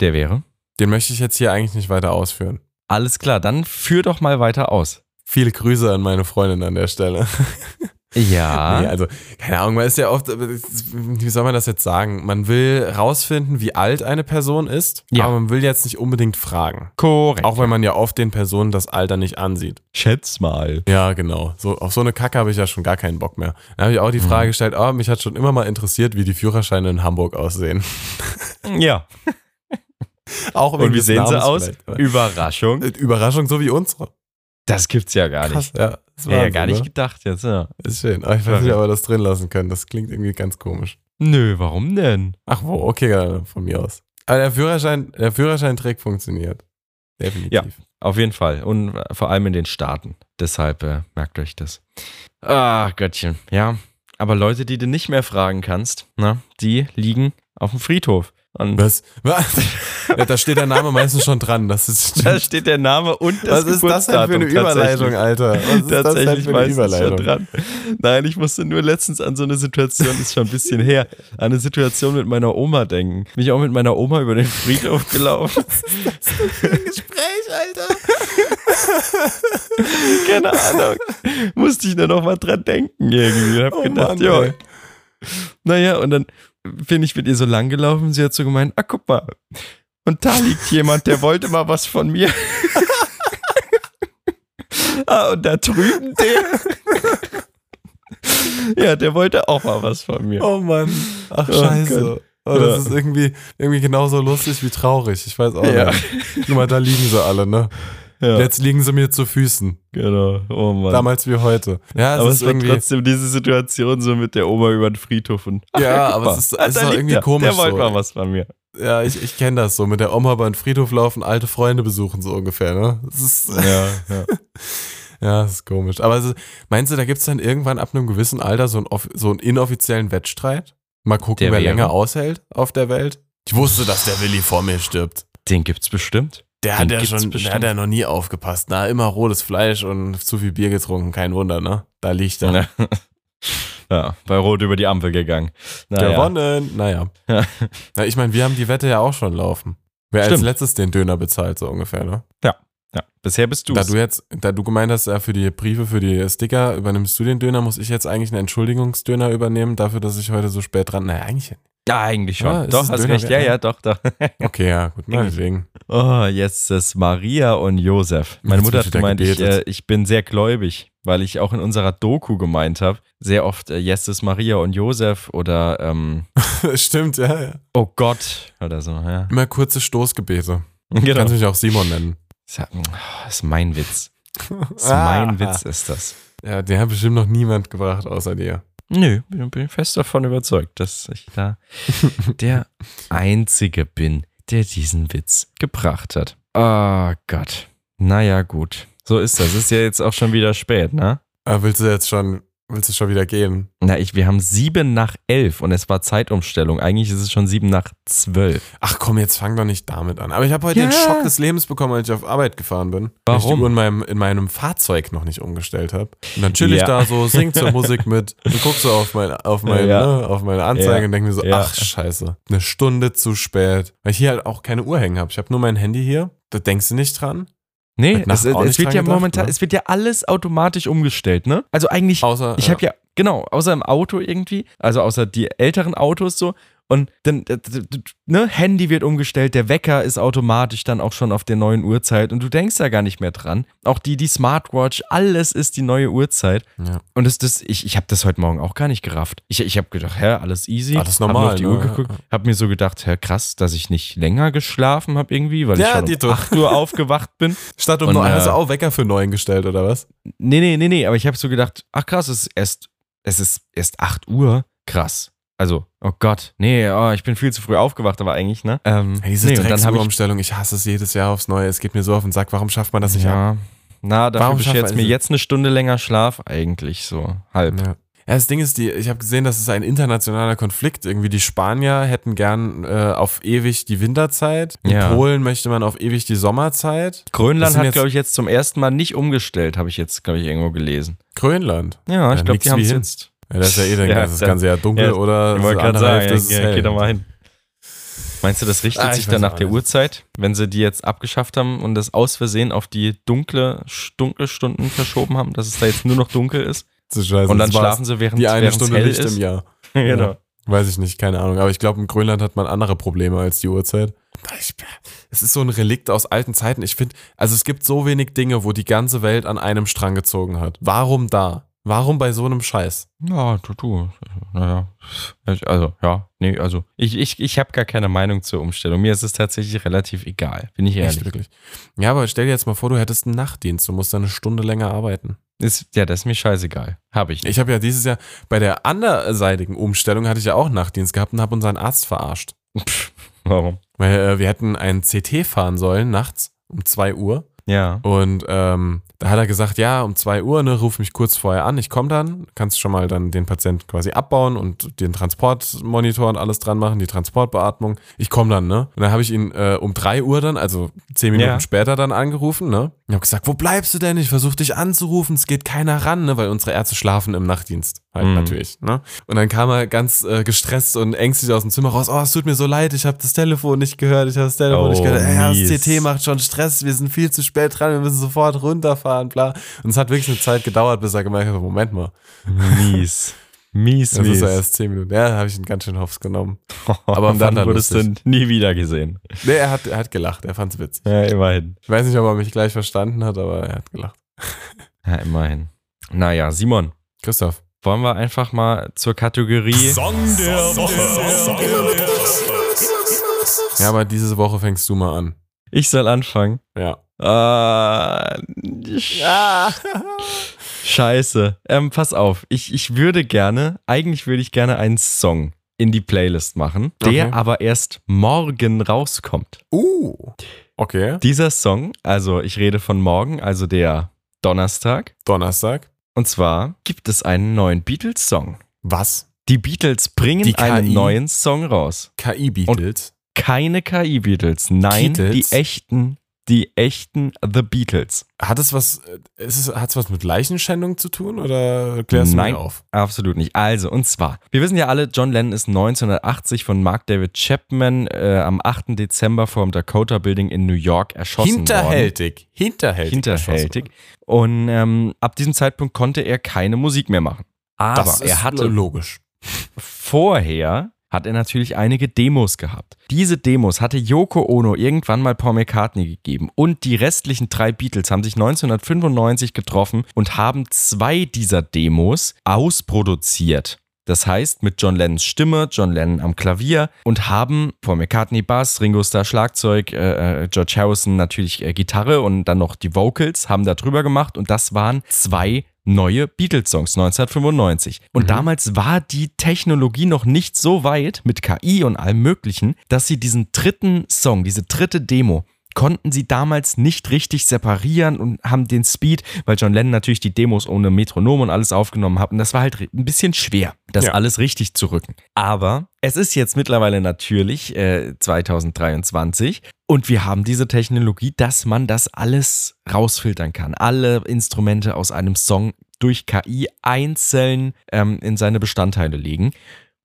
Der wäre.
Den möchte ich jetzt hier eigentlich nicht weiter ausführen.
Alles klar, dann führ doch mal weiter aus.
Viele Grüße an meine Freundin an der Stelle.
Ja.
Nee, also, keine Ahnung, man ist ja oft, wie soll man das jetzt sagen? Man will rausfinden, wie alt eine Person ist,
Ja.
aber man will jetzt nicht unbedingt fragen.
Korrekt.
Auch wenn man ja oft den Personen das Alter nicht ansieht.
Schätz mal.
Ja, genau. So, auf so eine Kacke habe ich ja schon gar keinen Bock mehr. Dann habe ich auch die
Mhm.
Frage gestellt, oh, mich hat schon immer mal interessiert, wie die Führerscheine in Hamburg aussehen.
Ja.
Auch wegen
Und wie
des
sehen sie
Namens
aus?
vielleicht, oder?
Überraschung.
Überraschung, so wie unsere.
Das gibt's ja gar
Krass,
nicht.
ja. Das
Ja, ja,
Wahnsinn,
gar nicht
Ne?
gedacht jetzt. Ja.
Ist schön. Aber ich weiß nicht, ob wir das drin lassen können. Das klingt irgendwie ganz komisch.
Nö, warum denn?
Ach wo, okay, ja, von mir aus. Aber der Führerschein, der Führerscheintrick funktioniert. Definitiv.
Ja. Auf jeden Fall. Und äh, vor allem in den Staaten. Deshalb äh, merkt euch das. Ah, Göttchen. Ja. Aber Leute, die du nicht mehr fragen kannst, na, die liegen auf dem Friedhof. Und
Was? Was? ja, da steht der Name meistens schon dran. Das ist
da steht der Name und das
Was ist das denn für eine
Geburtsdatum tatsächlich.
Überleitung, Alter? Was ist das denn
tatsächlich
für eine
meistens schon
Überleitung?
dran. Nein, ich musste nur letztens an so eine Situation, ist schon ein bisschen her, an eine Situation mit meiner Oma denken. Bin ich auch mit meiner Oma über den Friedhof gelaufen.
Gespräch, Alter.
Keine Ahnung. Musste ich nur noch mal dran denken irgendwie. Hab
Oh
gedacht,
Mann,
ja.
ey.
Naja, und dann bin ich mit ihr so lang gelaufen. Sie hat so gemeint, ah, guck mal. Und da liegt jemand, der wollte mal was von mir. ah, und da drüben der. ja, der wollte auch mal was von mir.
Oh Mann. Ach,
Oh
scheiße.
Gott.
Oh, das
Ja.
ist irgendwie, irgendwie genauso lustig wie traurig. Ich weiß auch
Ja.
nicht. Guck mal, da liegen sie alle, ne?
Ja,
Jetzt liegen sie mir zu Füßen.
genau. Oh Mann.
Damals wie heute. Ja, es
Aber
ist
es war
irgendwie.
trotzdem diese Situation so mit der Oma über den Friedhof und
Ja, aber es ist,
Ah,
es ist
da
auch
liegt
irgendwie
er.
komisch.
Der wollte
so.
mal was von mir.
Ja, ich, ich kenne das so. Mit der Oma über den Friedhof laufen, alte Freunde besuchen, so ungefähr, ne? Es ist,
Ja, ja.
ja, es ist komisch. Aber es ist, meinst du, da gibt es dann irgendwann ab einem gewissen Alter so einen, off- so einen inoffiziellen Wettstreit? Mal gucken,
Der
wer
wäre.
länger aushält auf der Welt. Ich wusste, dass der Willi vor mir stirbt.
Den gibt's bestimmt.
Der
Den
hat ja
gibt's
schon, der
bestimmt.
hat ja noch nie aufgepasst. Na, immer rotes Fleisch und zu viel Bier getrunken, kein Wunder, ne? Da liegt er.
Ne? Ja, bei Rot über die Ampel gegangen. Naja.
Gewonnen! Naja.
Ja.
Na, ich meine, wir haben die Wette ja auch schon laufen. Wer als
Stimmt.
letztes den Döner bezahlt, so ungefähr, ne?
Ja, bisher bist
Da
du's.
du jetzt, da du gemeint hast, ja, für die Briefe, für die Sticker übernimmst du den Döner, muss ich jetzt eigentlich einen Entschuldigungsdöner übernehmen, dafür, dass ich heute so spät dran. Naja, eigentlich.
Ja, eigentlich schon.
Ah, ist
doch,
es
hast
Döner
recht. Ja,
wert?
ja, doch, doch.
Okay, ja, gut, meinetwegen.
Oh, jetzt ist Maria und Josef. Meine
Jetzt
Mutter
wird
hat
wieder
gemeint, ich, äh,
gebetet.
ich bin sehr gläubig, weil ich auch in unserer Doku gemeint habe, sehr oft, äh, jetzt ist Maria und Josef oder ähm,
Stimmt, ja, ja.
Oh Gott oder so. Ja.
Immer kurze Stoßgebete.
Genau.
Kannst mich auch Simon nennen.
Ist ja- oh, ist mein Witz. Ist
Ah.
mein Witz ist das.
Ja, den hat bestimmt noch niemand gebracht außer dir.
Nö, bin, bin fest davon überzeugt, dass ich da der Einzige bin, der diesen Witz gebracht hat. Oh Gott. Naja, gut. So ist das. Ist ja jetzt auch schon wieder spät, ne?
Aber willst du jetzt schon, willst du schon wieder gehen?
Na, ich, wir haben sieben nach elf und es war Zeitumstellung. Eigentlich ist es schon sieben nach zwölf.
Ach komm, jetzt fang doch nicht damit an. Aber ich habe heute
Ja.
den Schock des Lebens bekommen, als ich auf Arbeit gefahren bin. Weil ich die
Warum?
Uhr in meinem, in meinem Fahrzeug noch nicht umgestellt habe. Und dann chill ich
Ja.
da so, sing zur Musik mit und guck so auf, mein, auf, mein,
Ja.
ne, auf meine Anzeige
Ja.
und denke mir so,
Ja.
ach scheiße, eine Stunde zu spät. Weil ich hier halt auch keine Uhr hängen habe. Ich habe nur mein Handy hier. Da denkst du nicht dran.
Nee,
Mit Nacht
es,
auch
es
nicht
wird
dran
ja
gedacht,
momentan,
ne?
es wird ja alles automatisch umgestellt, ne? Also eigentlich
Außer. äh,
Ich habe ja, genau, außer im Auto irgendwie, also außer die älteren Autos so. Und dann, äh, d- d- ne, Handy wird umgestellt, der Wecker ist automatisch dann auch schon auf der neuen Uhrzeit und du denkst da gar nicht mehr dran. Auch die, die Smartwatch, alles ist die neue Uhrzeit.
Ja.
Und das, das, ich, ich habe das heute Morgen auch gar nicht gerafft. Ich, ich habe gedacht, hä, alles easy.
Alles
Hab
normal,
mir auf die
ne?
Uhr geguckt, habe mir so gedacht, hä, krass, dass ich nicht länger geschlafen habe irgendwie, weil
Ja,
ich schon
Dito.
um 8 Uhr aufgewacht bin.
Statt um
Und,
nur
äh,
hast du auch Wecker für neun gestellt, oder was?
Nee, nee, nee, nee, aber ich habe so gedacht, ach krass, es ist erst, es ist erst 8 Uhr. Krass. Also, oh Gott, nee, oh, ich bin viel zu früh aufgewacht, aber eigentlich, ne? Ähm,
Ja, diese
nee, und dann habe ich,
Drecksuhrumstellung, ich hasse es jedes Jahr aufs Neue. Es geht mir so auf den Sack. Warum schafft man das nicht ab?
ja, na, dafür
Warum
beschert
schafft
es
man-
mir jetzt eine Stunde länger Schlaf eigentlich, so halb.
Ja. Ja, das Ding ist, die, ich habe gesehen, das ist ein internationaler Konflikt. Irgendwie die Spanier hätten gern äh, auf ewig die Winterzeit. In
Ja.
Polen möchte man auf ewig die Sommerzeit. Das
Grönland
sind
hat,
jetzt-
glaube ich, jetzt zum ersten Mal nicht umgestellt, habe ich jetzt, glaube ich, irgendwo gelesen.
Grönland.
Ja, ich
Ja,
glaube,
nix
die haben
wie
es
hin.
jetzt.
Ja, das ist ja eh dann
Ja,
das
da-
ganze Jahr dunkel
ja,
oder
Ich
das
wollte gerade
andere
sagen,
Hälfte ist
ja,
hell.
geh da mal hin. Meinst du, das richtet
Ah, ich
sich
weiß
dann nach
auch
der
nicht.
Uhrzeit, wenn sie die jetzt abgeschafft haben und das aus Versehen auf die dunkle, dunkle Stunden verschoben haben, dass es da jetzt nur noch dunkel ist
Das ist scheiße,
und dann
das war's.
schlafen sie, während
die eine
während's
Stunde
hell
Licht
ist?
im Jahr.
genau.
Weiß ich nicht, keine Ahnung. Aber ich glaube, in Grönland hat man andere Probleme als die Uhrzeit. Ich- Es ist so ein Relikt aus alten Zeiten. Ich finde, also es gibt so wenig Dinge, wo die ganze Welt an einem Strang gezogen hat. Warum da? Warum bei so einem Scheiß?
Ja, du, du. Naja. Also, ja, nee, also ich, ich, ich habe gar keine Meinung zur Umstellung. Mir ist es tatsächlich relativ egal, bin ich
Echt
ehrlich.
wirklich. Ja, aber stell dir jetzt mal vor, du hättest einen Nachtdienst. Du musst dann eine Stunde länger arbeiten.
Ist, ja, das ist mir scheißegal. Habe ich nicht.
Ich habe ja dieses Jahr bei der anderseitigen Umstellung hatte ich ja auch Nachtdienst gehabt und habe unseren Arzt verarscht.
Pff, warum?
Weil äh, wir hätten einen CT fahren sollen nachts um 2 Uhr.
Ja.
Und ähm, da hat er gesagt, ja, um 2 Uhr, ne, ruf mich kurz vorher an, ich komme dann, kannst schon mal dann den Patienten quasi abbauen und den Transportmonitor und alles dran machen, die Transportbeatmung. Ich komme dann, ne? Und dann habe ich ihn äh, um 3 Uhr dann, also 10 Minuten
Ja.
später dann angerufen, ne? Ich habe gesagt, wo bleibst du denn? Ich versuche dich anzurufen, es geht keiner ran, ne? Weil unsere Ärzte schlafen im Nachtdienst halt
Mhm.
natürlich, ne? Und dann kam er ganz äh, gestresst und ängstlich aus dem Zimmer raus, oh, es tut mir so leid, ich habe das Telefon nicht gehört, ich habe das Telefon nicht
Oh,
gehört, ja, das
mies.
CT macht schon Stress, wir sind viel zu spät dran, wir müssen sofort runterfahren, bla. Und es hat wirklich eine Zeit gedauert, bis er gemerkt hat, Moment mal,
Mies. Mies,
das
mies.
ist ja erst 10 Minuten. Ja, da habe ich ihn ganz schön hops genommen.
Aber
Und dann
dann wurdest du
lustig.
nie wieder gesehen.
Nee, er hat, er hat gelacht, er fand's witzig.
Ja, immerhin.
Ich weiß nicht, ob er mich gleich verstanden hat, aber er hat gelacht.
Ja, immerhin. Naja, Simon,
Christoph.
wollen wir einfach mal zur Kategorie.
Ja, aber diese Woche fängst du mal an.
Ich soll anfangen.
Ja.
Ah, Scheiße. Ähm, pass auf, ich, ich würde gerne, eigentlich würde ich gerne einen Song in die Playlist machen, der
Okay.
aber erst morgen rauskommt.
Uh. Okay.
Dieser Song, also ich rede von morgen, also der Donnerstag.
Donnerstag.
Und zwar gibt es einen neuen Beatles-Song.
Was?
Die Beatles bringen
Die
einen
KI?
neuen Song raus.
KI-Beatles.
Keine KI-Beatles, nein,
Beatles?
die echten, die echten The Beatles.
Hat es was, äh, ist es, hat's was mit Leichenschändung zu tun oder klärst du
Nein.
mir auf?
Absolut nicht. Also, und zwar, wir wissen ja alle, John Lennon ist 1980 von Mark David Chapman äh, am 8. Dezember vor dem Dakota Building in New York erschossen worden.
Hinterhältig. Hinterhältig.
Hinterhältig. Und ähm, ab diesem Zeitpunkt konnte er keine Musik mehr machen. Aber
Das ist
er hatte
logisch.
vorher hat er natürlich einige Demos gehabt. Diese Demos hatte Yoko Ono irgendwann mal Paul McCartney gegeben und die restlichen drei Beatles haben sich 1995 getroffen und haben zwei dieser Demos ausproduziert. Das heißt, mit John Lennons Stimme, John Lennon am Klavier und haben Paul McCartney Bass, Ringo Starr Schlagzeug, äh, äh, George Harrison natürlich äh, Gitarre und dann noch die Vocals haben da drüber gemacht und das waren zwei neue Beatles-Songs 1995. Und damals war die Technologie noch nicht so weit mit KI und allem Möglichen, dass sie diesen dritten Song, diese dritte Demo, konnten sie damals nicht richtig separieren und haben den Speed, weil John Lennon natürlich die Demos ohne Metronom und alles aufgenommen hat. Und das war halt ein bisschen schwer, das
Ja.
alles richtig zu rücken. Aber es ist jetzt mittlerweile natürlich äh, 2023 und wir haben diese Technologie, dass man das alles rausfiltern kann. Alle Instrumente aus einem Song durch KI einzeln ähm, in seine Bestandteile legen.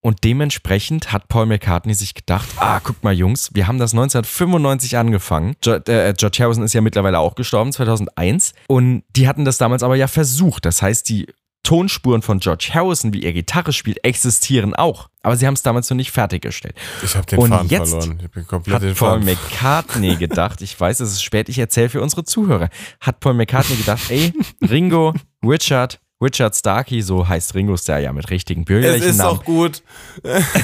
Und dementsprechend hat Paul McCartney sich gedacht, ah, guck mal Jungs, wir haben das 1995 angefangen. Jo äh, George Harrison ist ja mittlerweile auch gestorben, 2001. Und die hatten das damals aber ja versucht. Das heißt, die Tonspuren von George Harrison, wie er Gitarre spielt, existieren auch. Aber sie haben es damals noch nicht fertiggestellt.
Ich habe den
Und
Faden
jetzt
verloren. Ich bin komplett
Hat
den
Paul
Faden.
McCartney gedacht, ich weiß, es ist spät, ich erzähle für unsere Zuhörer. Hat Paul McCartney gedacht, ey, Ringo, Richard, Richard Starkey, so heißt Ringo Starr ja mit richtigen
Es
bürgerlichen
ist
Namen.
doch gut.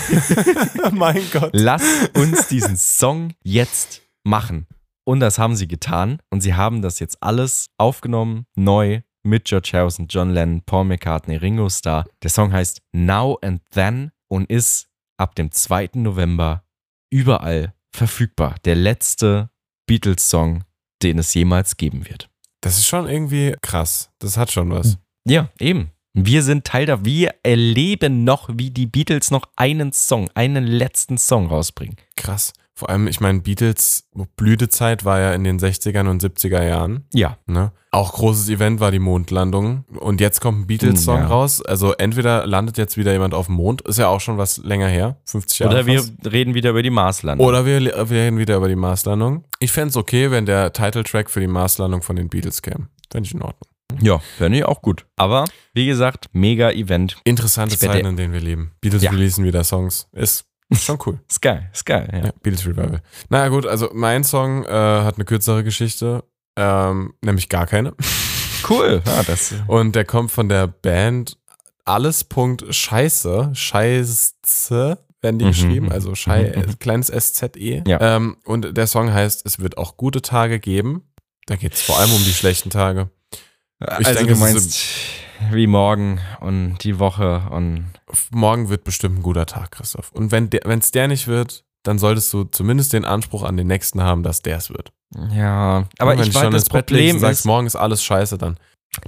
mein Gott.
Lass uns diesen Song jetzt machen. Und das haben sie getan. Und sie haben das jetzt alles aufgenommen, neu, mit George Harrison, John Lennon, Paul McCartney, Ringo Starr. Der Song heißt Now and Then und ist ab dem 2. November überall verfügbar. Der letzte Beatles-Song, den es jemals geben wird.
Das ist schon irgendwie krass. Das hat schon
Mhm.
was.
Ja, eben. Wir sind Teil da. Wir erleben noch, wie die Beatles noch einen Song, einen letzten Song rausbringen.
Krass. Vor allem, ich meine, Beatles Blütezeit war ja in den 60ern und 70er Jahren.
Ja,
Ne? Auch großes Event war die Mondlandung. Und jetzt kommt ein Beatles-Song
Hm, Ja.
raus. Also entweder landet jetzt wieder jemand auf dem Mond, ist ja auch schon was länger her, 50 Jahre.
Oder wir
fast.
reden wieder über die Marslandung.
Oder wir, le- wir reden wieder über die Marslandung. Ich fänd's okay, wenn der Titeltrack für die Marslandung von den Beatles käme. Fände ich in Ordnung.
Ja, fände ich auch gut. Aber wie gesagt, mega Event.
Interessante
Ich wette-
Zeiten, in denen wir leben. Beatles
Ja.
releasen wieder Songs. Ist schon cool.
Ist geil, ist geil. Ja.
Ja, Beatles Revival. Naja gut, also mein Song äh, hat eine kürzere Geschichte, ähm, nämlich gar keine.
Cool. Ja, das,
Und der kommt von der Band Alles. Punkt Scheiße. Scheiße werden die
Mhm.
geschrieben, also Schei
Mhm.
äh, kleines SZE.
Ja.
Ähm, und der Song heißt Es wird auch gute Tage geben. Da geht es vor allem um die schlechten Tage.
also
denke,
du
es ist
meinst wie morgen und die Woche und
Morgen wird bestimmt ein guter Tag, Christoph. Und wenn es der nicht wird, dann solltest du zumindest den Anspruch an den nächsten haben, dass der es wird.
ja. Aber
Und wenn
ich
du
weiß,
schon
das
ins Bett legst
Problem
und sagst,
ist,
morgen ist alles scheiße, dann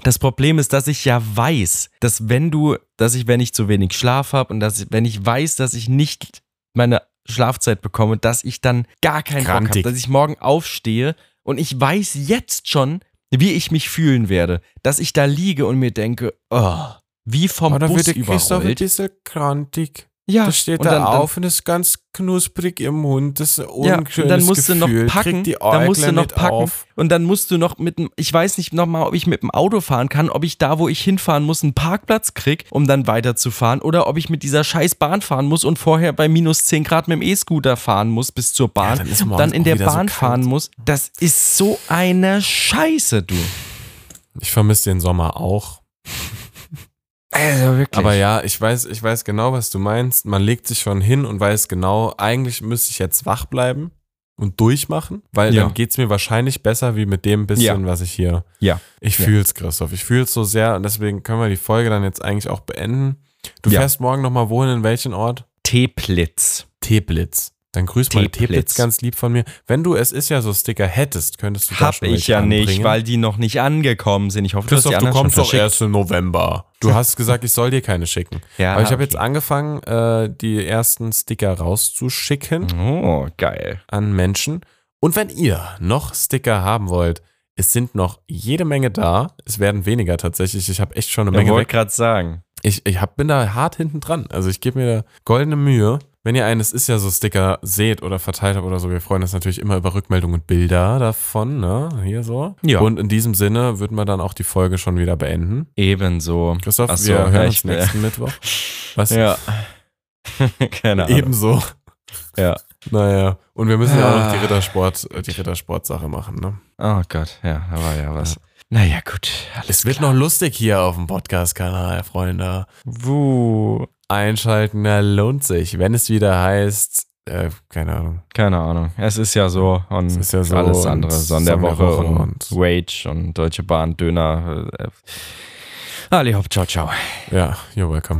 das Problem ist, dass ich ja weiß, dass wenn du, dass ich, wenn ich zu wenig Schlaf habe und dass ich, wenn ich weiß, dass ich nicht meine Schlafzeit bekomme, dass ich dann gar keinen Bock habe,
Grantig.
dass ich morgen aufstehe und ich weiß jetzt schon, wie ich mich fühlen werde, dass ich da liege und mir denke, oh, wie vom
Oder
Bus
wird der Christoph ein
überrollt.
bisschen krantig?
Ja,
Da steht
und
er
dann- dann-
auf und ist ganz knusprig im Mund. Das ist ein
Ja,
unschönes
und dann musst
Gefühl.
du noch packen,
Kriegt die
dann musst du
Äuglein
noch
nicht
packen
Auf.
und dann musst du noch mit dem, ich weiß nicht nochmal, ob ich mit dem Auto fahren kann, ob ich da, wo ich hinfahren muss, einen Parkplatz krieg, um dann weiterzufahren oder ob ich mit dieser scheiß Bahn fahren muss und vorher bei minus 10 Grad mit dem E-Scooter fahren muss bis zur Bahn, dann,
dann ist morgens
in
auch
der
wieder so
Bahn
kalt.
fahren muss. Das ist so eine Scheiße, du.
Ich vermisse den Sommer auch.
Also wirklich.
Aber ja, ich weiß, ich weiß genau, was du meinst. Man legt sich schon hin und weiß genau, eigentlich müsste ich jetzt wach bleiben und durchmachen, weil
Ja.
dann geht es mir wahrscheinlich besser wie mit dem bisschen,
Ja.
was ich hier.
Ja.
Ich
Ja.
fühl's, Christoph. Ich fühl's so sehr und deswegen können wir die Folge dann jetzt eigentlich auch beenden. Du
Ja.
fährst morgen nochmal wohin, in welchen Ort?
Teplitz.
Teplitz. Dann grüß mal
Teeplitz.
Teplitz ganz lieb von mir. Wenn du es ist ja so Sticker hättest, könntest du da
Hab
schon
ich
welche
ja nicht,
anbringen.
weil die noch nicht angekommen sind. Ich hoffe, dass die
Christoph, du
anderen schon
kommst doch
verschickt.
erst im November. Du hast gesagt, ich soll dir keine schicken.
Ja,
Aber ich habe
okay.
jetzt angefangen, äh, die ersten Sticker rauszuschicken
Oh, geil.
an Menschen. Und wenn ihr noch Sticker haben wollt, es sind noch jede Menge da. Es werden weniger tatsächlich. Ich habe echt schon eine
Ich
Menge
wollte
weg.
gerade sagen.
Ich, ich hab, bin da hart hinten dran. Also ich gebe mir da goldene Mühe. Wenn ihr eines ist ja so Sticker seht oder verteilt habt oder so, wir freuen uns natürlich immer über Rückmeldungen und Bilder davon, ne? Hier so.
Ja.
Und in diesem Sinne würden wir dann auch die Folge schon wieder beenden.
Ebenso.
Christoph,
Ach so,
wir hören
ja,
uns
ich-
nächsten Mittwoch. Was?
Ja. Keine Ahnung.
Ebenso.
Ja.
Naja. Und wir müssen ja auch noch
Ah.
die Rittersport, äh, die Rittersport-Sache machen, ne?
Oh Gott, ja, da war ja was. Naja, gut.
Es wird noch lustig hier auf dem Podcast-Kanal, Freunde.
Wuh.
Einschalten, da lohnt sich. Wenn es wieder heißt, äh, keine Ahnung.
Keine Ahnung. Es ist ja so und
Es ist ja so
alles
und
andere. Son der Woche und Wage und Deutsche Bahn, Döner. äh, äh. Ali Hopp, ciao, ciao.
Ja, you're welcome.